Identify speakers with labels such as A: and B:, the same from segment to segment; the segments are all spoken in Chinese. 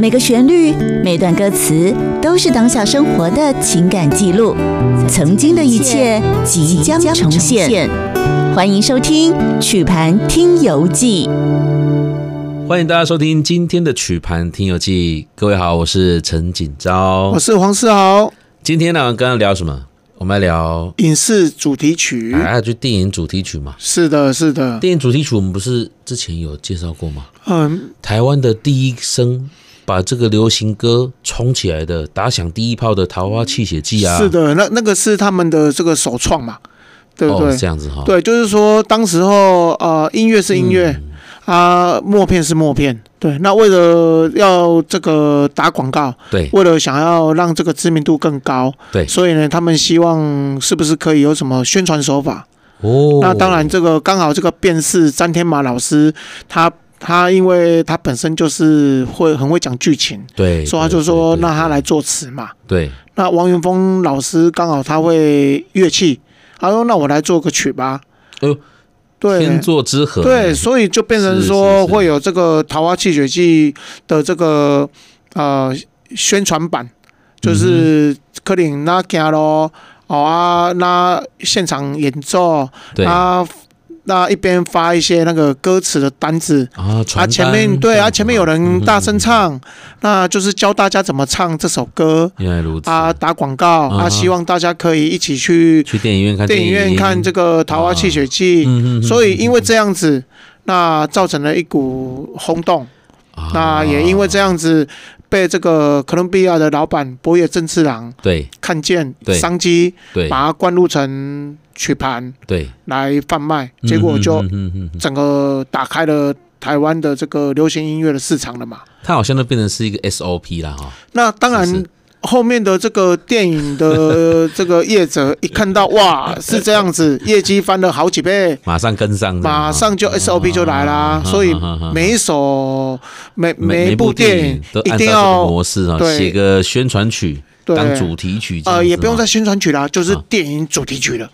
A: 每个旋律、每段歌词都是当下生活的情感记录，曾经的一切即将重现。欢迎收听《曲盘听游记》。
B: 欢迎大家收听今天的曲盘听游记。各位好，我是陈锦昭
C: 我。是黄世豪，
B: 今天呢，刚刚聊什么？我们来聊
C: 影视主题曲。
B: 啊，就电影主题曲嘛。
C: 是的，是的，
B: 电影主题曲我们不是之前有介绍过吗？
C: 嗯，
B: 台湾的第一声把这个流行歌冲起来的，打响第一炮的《桃花泣血记》啊。
C: 是，的，那那个是他们的这个首创嘛，对不
B: 哦，
C: 对？
B: 这样子哈、，
C: 对，就是说当时候呃，音乐是音乐、
B: 嗯
C: 啊，默片是默片。对，那为了要这个打广告，
B: 对
C: 为了想要让这个知名度更高，
B: 对
C: 所以呢，他们希望是不是可以有什么宣传手法？
B: 哦。
C: 那当然，这个刚好这个便是詹天马老师，他他因为他本身就是会很会讲剧情，
B: 对，
C: 所以他
B: 对
C: 就说
B: 对
C: 让他
B: 对
C: 来作词嘛。
B: 对，
C: 那王云峰老师刚好他会乐器，他说那我来做个曲吧。
B: 哎呦
C: 对
B: 天。作之合。
C: 对，所以就变成
B: 是
C: 说
B: 是是
C: 会有这个《桃花泣血记》的这个呃宣传版，
B: 嗯
C: 就是柯林那行咯，哦啊那现场演奏，
B: 对啊，
C: 他那一边发一些那个歌词的单子，啊
B: 传
C: 前
B: 单
C: 面对
B: 这样
C: 啊
B: 子
C: 前面
B: 嘛
C: 有人大
B: 嗯
C: 声，
B: 嗯
C: 唱，那就是教大家怎么唱这首歌
B: 嗯原来如此
C: 啊，打广告
B: 啊
C: 啊，希望大家可以一起去
B: 去电影院看
C: 电影院看这
B: 个，
C: 个《桃花泣血记
B: 嗯》，
C: 所以因
B: 为
C: 为这样子，那造成了一股轰动，
B: 啊
C: 那也因为这样子。被这个哥伦比亚的老板博野正次郎
B: 对
C: 看见
B: 对
C: 商机，
B: 对
C: 把它灌入成曲盘，
B: 对，
C: 来贩卖，结果就
B: 嗯嗯嗯嗯嗯
C: 整个打开了台湾的这个流行音乐的市场了嘛。
B: 它好像都变成是一个 SOP 啦哈，
C: 那当
B: 是
C: 然
B: 是，
C: 后面的这个电 影的这个业者一看到哇是这样子，业绩翻了好几倍，
B: 马上跟上这样哈，
C: 马上就 SOP 就来
B: 嗯
C: 啦。所以每一首每每
B: 每
C: 一部电影
B: 都
C: 一
B: 按照
C: 定
B: 这个
C: 要
B: 模式啊，
C: 对
B: 写个宣传曲当
C: 对
B: 主题曲这样子哈，
C: 呃也不用再宣传曲啦，就是
B: 啊
C: 电影主题曲了。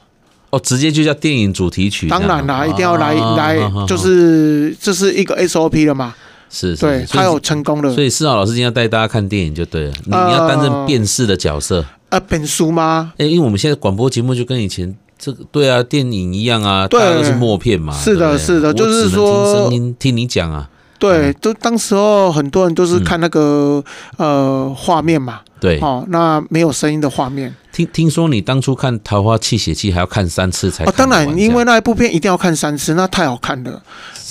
B: 哦，直接就叫电影主题曲这样
C: 当
B: 哈，
C: 然啦，一定要来
B: 啊
C: 来
B: 哈哈，
C: 就
B: 哈
C: 是这是一个 SOP 了嘛。
B: 是是
C: 对，
B: 是所
C: 他
B: 以
C: 有成功了
B: 所。以思豪老师今天要带大家看电影就对了，你你要担任
C: 呃
B: 辨识的角色。
C: 呃，本书吗？
B: 哎、因为我们现在广播节目就跟以前这个对啊，电影一样啊，
C: 对
B: 大家都是默片嘛。
C: 是的
B: 对不对
C: 是的
B: 我
C: 就是
B: 只能听
C: 说
B: 声音听你讲啊，
C: 对，都当时候很多人都是看那个、呃画面嘛，
B: 嗯对，
C: 哦，那没有声音的画面
B: 听听说你当初看《桃花泣血记》还要看三次才
C: 哦。
B: 看
C: 当
B: 得完
C: 然，因为
B: 这样
C: 那一部片一定要看三次，那太好看了。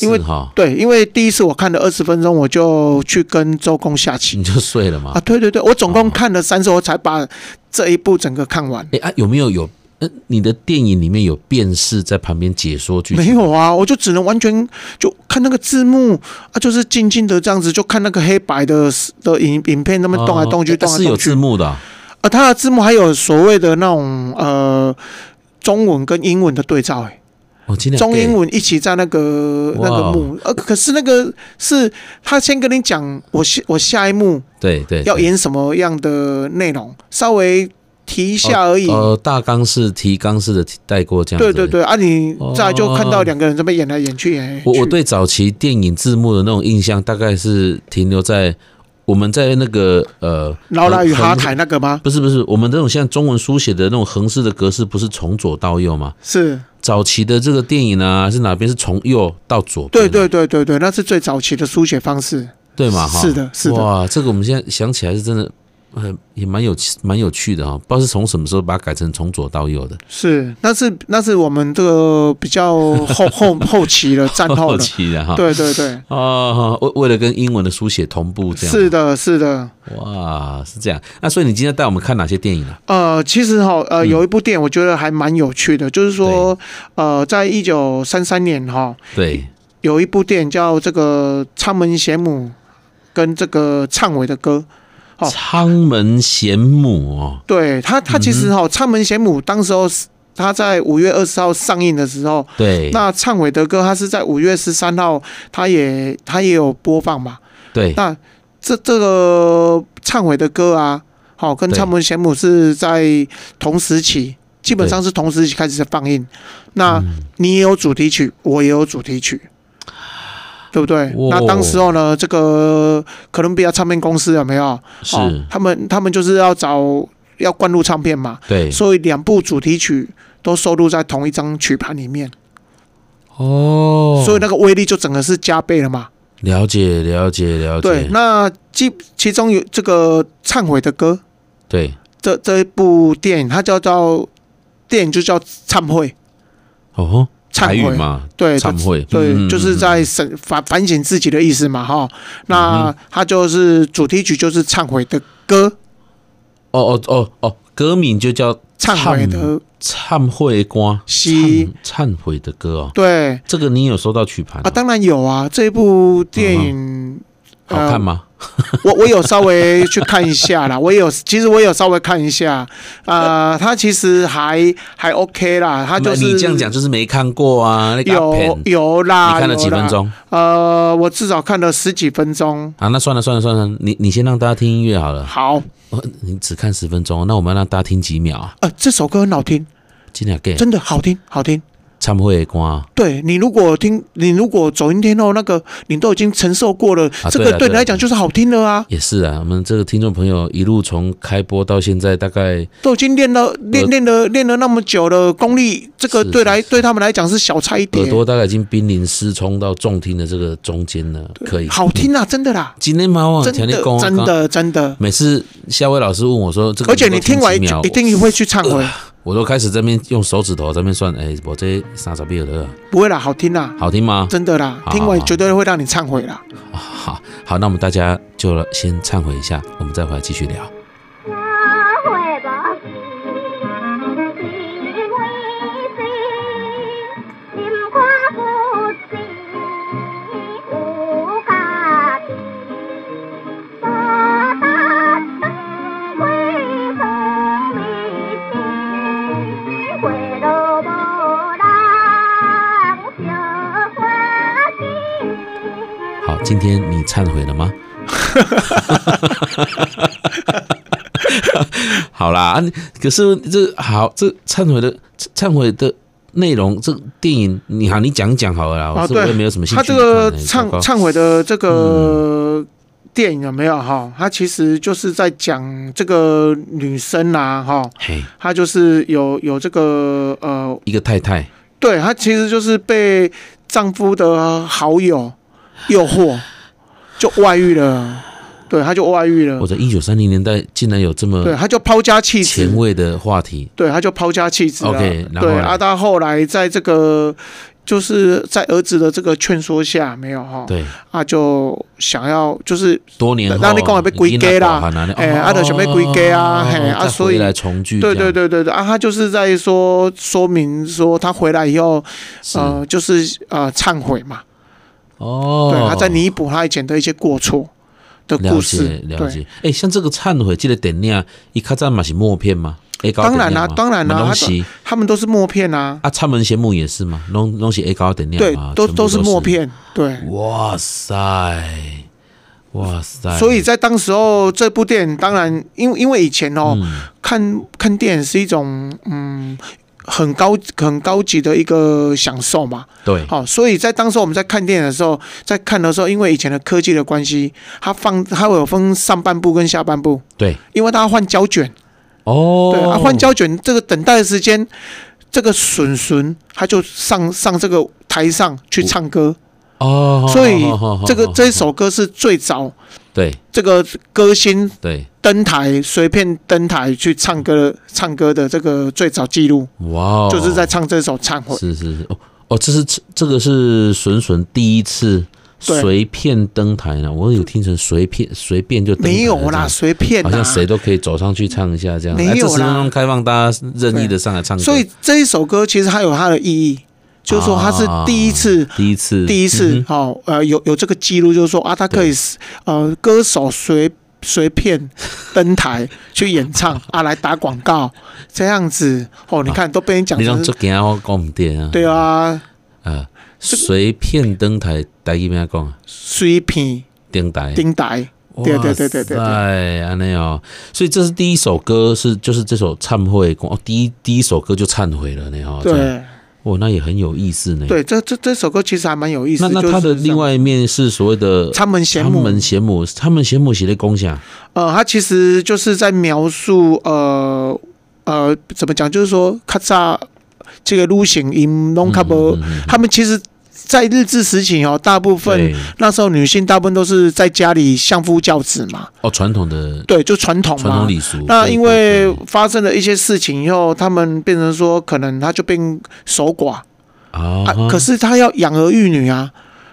C: 因为
B: 是哈，
C: 对，因为第一次我看了二十分钟，我就去跟周公下棋
B: 你就睡了嘛
C: 啊。。对对对，我总共
B: 哦
C: 看了三次，我才把这一部整个看完。
B: 哎、啊，有没有有？呃，你的电影里面有辨识在旁边解说剧情
C: 没有啊，我就只能完全就看那个字幕啊，就是静静的这样子，就看那个黑白的的影影片，那么动来动去，
B: 哦
C: 动来
B: 是有
C: 动去
B: 字。幕的啊、
C: 呃，它的字幕还有所谓的那种呃中文跟英文的对照、欸，
B: 哦，今天
C: 中英文一起在那个那
B: 哇
C: 个幕，呃，可是那个是他先跟你讲我下我下一幕
B: 对对对
C: 要演什么样的内容，稍微提一下而已。
B: 呃，大纲是提纲式的带过这样
C: 对
B: 子。
C: 对对，啊，你
B: 哦
C: 再来就看到两个人这边演来演去，演来演去。
B: 我我对早期电影字幕的那种印象，大概是停留在我们在那个呃，
C: 劳拉与
B: 横
C: 哈台那个吗？
B: 不是不是，我们这种像中文书写的那种横式的格式，不是从左到右吗？
C: 是，
B: 早期的这个电影啊，是哪边是从右到左边
C: 对
B: 啊？
C: 对对对对，那是最早期的书写方式。
B: 对嘛哈，
C: 是的是的
B: 哇，这个我们现在想起来是真的，呃，也蛮有趣蛮有趣的哈、不知道是从什么时候把它改成从左到右的。
C: 是，那是那是我们这个比较后后后期了，呃战 后
B: 好
C: 了。
B: 奇的哈。
C: 对对对，
B: 哦，为为了跟英文的书写同步，这样
C: 是的，是的。
B: 哇，是这样。那所以你今天带我们看哪些电影啊？
C: 呃，其实哈，呃，
B: 嗯
C: 有一部电影我觉得还蛮有趣的，就是说，呃，在一九三三年哈，
B: 对，
C: 有一部电影叫这个《仓门贤母》跟这个忏悔的歌。哦
B: 仓门贤母哦，
C: 对他，他其实哈，《仓门贤母》当时候是他在五月二十号上映的时候，
B: 对，
C: 那忏悔的歌他是在五月十三号，他也他也有播放嘛。
B: 对，
C: 那这这个忏悔的歌啊，好、跟
B: 对
C: 唱门贤母是在同时期，基本上是同时期
B: 嗯
C: 开始放映。那你也有主题曲，我也有主题曲，对不对？
B: 哇
C: 那当时候呢，这个哥伦比亚唱片公司有没有？
B: 是，
C: 哦，他们他们就是要找要灌入唱片嘛，
B: 对，
C: 所以两部主题曲都收录在同一张曲盘里面，
B: 哦，
C: 所以那个威力就整个是加倍了嘛。
B: 了解了解了解，
C: 对，那其其中有这个忏悔的歌，
B: 对
C: 这这一部电影它叫做电影就叫忏悔，
B: 哦，
C: 忏
B: 台语
C: 悔
B: 嘛，
C: 对
B: 忏悔，
C: 对，
B: 嗯嗯
C: 就是在审反反省自己的意思嘛，哈。那它就是主题曲就是忏悔的歌，
B: 哦哦哦哦，歌名就叫
C: 忏悔的
B: 忏悔歌，
C: 西
B: 忏忏悔的歌哦，
C: 对
B: 这个你有收到曲盘
C: 啊，
B: 哦
C: 当然有啊，这部电影。
B: 嗯
C: 呃
B: 好看吗？
C: 我我有稍微去看一下啦， 我也有其实我也有稍微看一下，啊、它其实还还 OK 啦，它啊就是
B: 你这样讲就是没看过啊，那个阿
C: 有
B: 片
C: 有啦，
B: 你看了几
C: 有啦
B: 分？钟
C: 呃，我至少看了十几分钟。
B: 啊？那算了算了算了，你你先让大家听音乐好了。
C: 好，
B: 哦你只看十分钟，那我们要让大家听几秒啊？
C: 呃，这首歌很好听，
B: 今天给
C: 真的好听，好听。
B: 忏悔的歌，啊
C: 对你如果听，你如果走音天后那个，你都已经承受过了，这
B: 对
C: 个
B: 啊对
C: 对你
B: 啊
C: 来讲就是好听了啊，
B: 也是啊。我们这个听众朋友一路从开播到现在，大概
C: 都已经练了练
B: 耳
C: 练了练了那么久了，功力这个
B: 是
C: 对
B: 是
C: 来对他们来讲是小菜一碟
B: 耳，朵大概已经濒临失聪到重听的这个中间了，可以。
C: 好听啊，真的啦，
B: 今天蛮往
C: 真
B: 前
C: 的
B: 讲啊，
C: 真
B: 刚
C: 的真的。
B: 每次夏威老师问我说这个，
C: 而且你听完一
B: 秒，啊
C: 一定会去忏悔，
B: 我都开始这边用手指头这边算，哎，我这三十秒的
C: 不会啦，好听啦，
B: 好听吗？
C: 真的啦，
B: 好
C: 听完
B: 好
C: 绝对会让你忏悔啦。
B: 啊好好，那我们大家就了先忏悔一下，我们再回来继续聊。
D: 忏悔吧，是为谁？心肝不正，有家己，多打当为何为情？回头无人就欢喜。
B: 好，今天你忏悔了吗？ 好啦，啊可是这好，这忏悔的忏悔的内容，这电影你好，你讲讲好了啦，
C: 啊
B: 我是我
C: 对
B: 也没有什嗯么兴
C: 他
B: 趣
C: 这
B: 看
C: 个
B: 的。
C: 忏
B: 糟糕
C: 忏悔的这个电影有没有哈？他其实就是在讲这个女生啦、哈，
B: 嘿，
C: 她就是有有这个呃，
B: 一个太太，
C: 对她其实就是被丈夫的好友诱惑，就外遇了，对，她就外遇了
B: 我，在一九三零年代竟然有这
C: 嗯对，
B: 么
C: 她就抛家弃子
B: 前，卫的话题，
C: 对，她就抛家弃子了。
B: OK，然后
C: 对，
B: 呢
C: 阿达后来在这个就是在儿子的这个劝说下，没有哈，
B: 对，
C: 啊就想要就是
B: 多年后，
C: 那你讲的被归家啦
B: 哎
C: 哎啊就想要归家啊嘿啊所以
B: 来重聚，
C: 对对，对对对啊，他就是在说说明说他回来以后，
B: 是
C: 呃，就是呃忏悔嘛，
B: 哦，
C: 对，他在弥补他以前的一些过错的
B: 了
C: 故
B: 解
C: 事，
B: 了
C: 对。
B: 解。哎、像这个忏悔这个电影，伊较早嘛是默片吗？A 高
C: 当然啦当然啦
B: 拢
C: 它
B: 是
C: 他们都是默片啊，
B: 啊，忏门邪目也是吗？拢拢是 A 高电影
C: 对
B: 嘛，，
C: 都
B: 啊全部
C: 都
B: 都
C: 是默。片，对。
B: 哇塞，哇塞！
C: 所以在当时候，这部电影当然，因为因为以前哦，
B: 嗯
C: 看看电影是一种嗯很高很高级的一个享受嘛。
B: 对，
C: 好、所以在当时我们在看电影的时候，在看的时候，因为以前的科技的关系，它放它会有分上半部跟下半部，
B: 对，
C: 因为它换胶卷，
B: 哦，
C: 对，啊换胶卷这个等待的时间，这个笋笋他就上上这个台上去唱歌，
B: 哦，
C: 所以
B: 好好好
C: 这个
B: 好
C: 这一首歌是最早
B: 对
C: 这个歌星
B: 对，
C: 登台随便登台去唱歌唱歌的这个最早记录，
B: 哇哦，
C: 就是在唱这首《忏悔》。
B: 是是是哦哦，这是这个是笋笋第一次
C: 对
B: 随便登台呢，我有听成随便随便就登台了
C: 没有
B: 这
C: 啦，
B: 样
C: 随便啦，
B: 好像谁都可以走上去唱一下这样。
C: 啊没有啦
B: 哎这十分钟开放大家任意的上来唱歌，
C: 所以这一首歌其实它有它的意义，就是说它是第一次，
B: 啊第一次
C: 第一次
B: 嗯，哼
C: 哦，呃，有有这个记录，就是说啊，它可以呃，歌手随随便登台去 演唱啊，来打广告这样子哦，你看都被你讲
B: 啊你让
C: 成
B: 这
C: 是，
B: 给我讲唔对啊？
C: 对啊，
B: 啊，随便登台，台语咩讲啊？
C: 水平
B: 登台，
C: 登台，对对对对对对
B: 哎，安内哦，所以这是第一首歌，是就是这首忏悔歌，哦，第一第一首歌就忏悔了呢哦，这样
C: 对
B: 哦，那也很有意思呢。，
C: 对，这这这首歌其实还蛮有意思。
B: 那那他
C: 就
B: 的
C: 是
B: 另外一面是所谓的
C: 长门贤
B: 他
C: 母，
B: 们贤母，他们贤母写的功下，
C: 呃，他其实就是在描述呃呃怎么讲，就是说咔嚓这个路线因拢较无，
B: 嗯嗯嗯嗯
C: 他们其实，在日治时期哦，大部分
B: 对
C: 那时候女性大部分都是在家里相夫教子嘛，
B: 哦，传统的
C: 对，就传统
B: 传
C: 嘛
B: 统。礼俗。
C: 那
B: 对
C: 因
B: 对
C: 为
B: 对
C: 发生了一些事情以后，他们变成说，可能他就变守寡
B: 啊
C: 啊
B: 哈，
C: 可是他要养儿育女啊，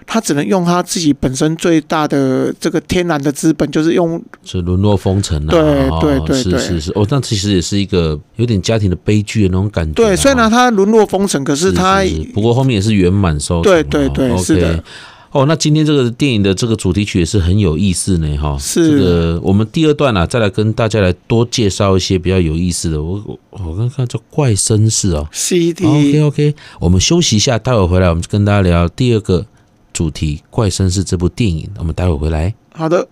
C: 他只能用他自己本身最大的这个天然的资本，就是用
B: 是沦落风尘啊，
C: 对
B: 哦
C: 对对
B: 是
C: 对
B: 是是，哦，那其实也是一个有点家庭的悲剧的那种感觉啊。
C: 对，虽然他沦落风尘，可
B: 是
C: 是他
B: 是不过后面也是圆满收场
C: 对
B: 啊
C: 对对
B: OK
C: 是的。
B: 哦，那今天这个电影的这个主题曲也是很有意思呢，哈。
C: 是
B: 这个我们第二段啊，再来跟大家来多介绍一些比较有意思的。我我我刚看叫怪绅士哦。OK
C: CD
B: OK，我们休息一下，待会儿回来我们就跟大家聊第二个主题《怪绅士》这部电影。我们待会儿回来。
C: 好的。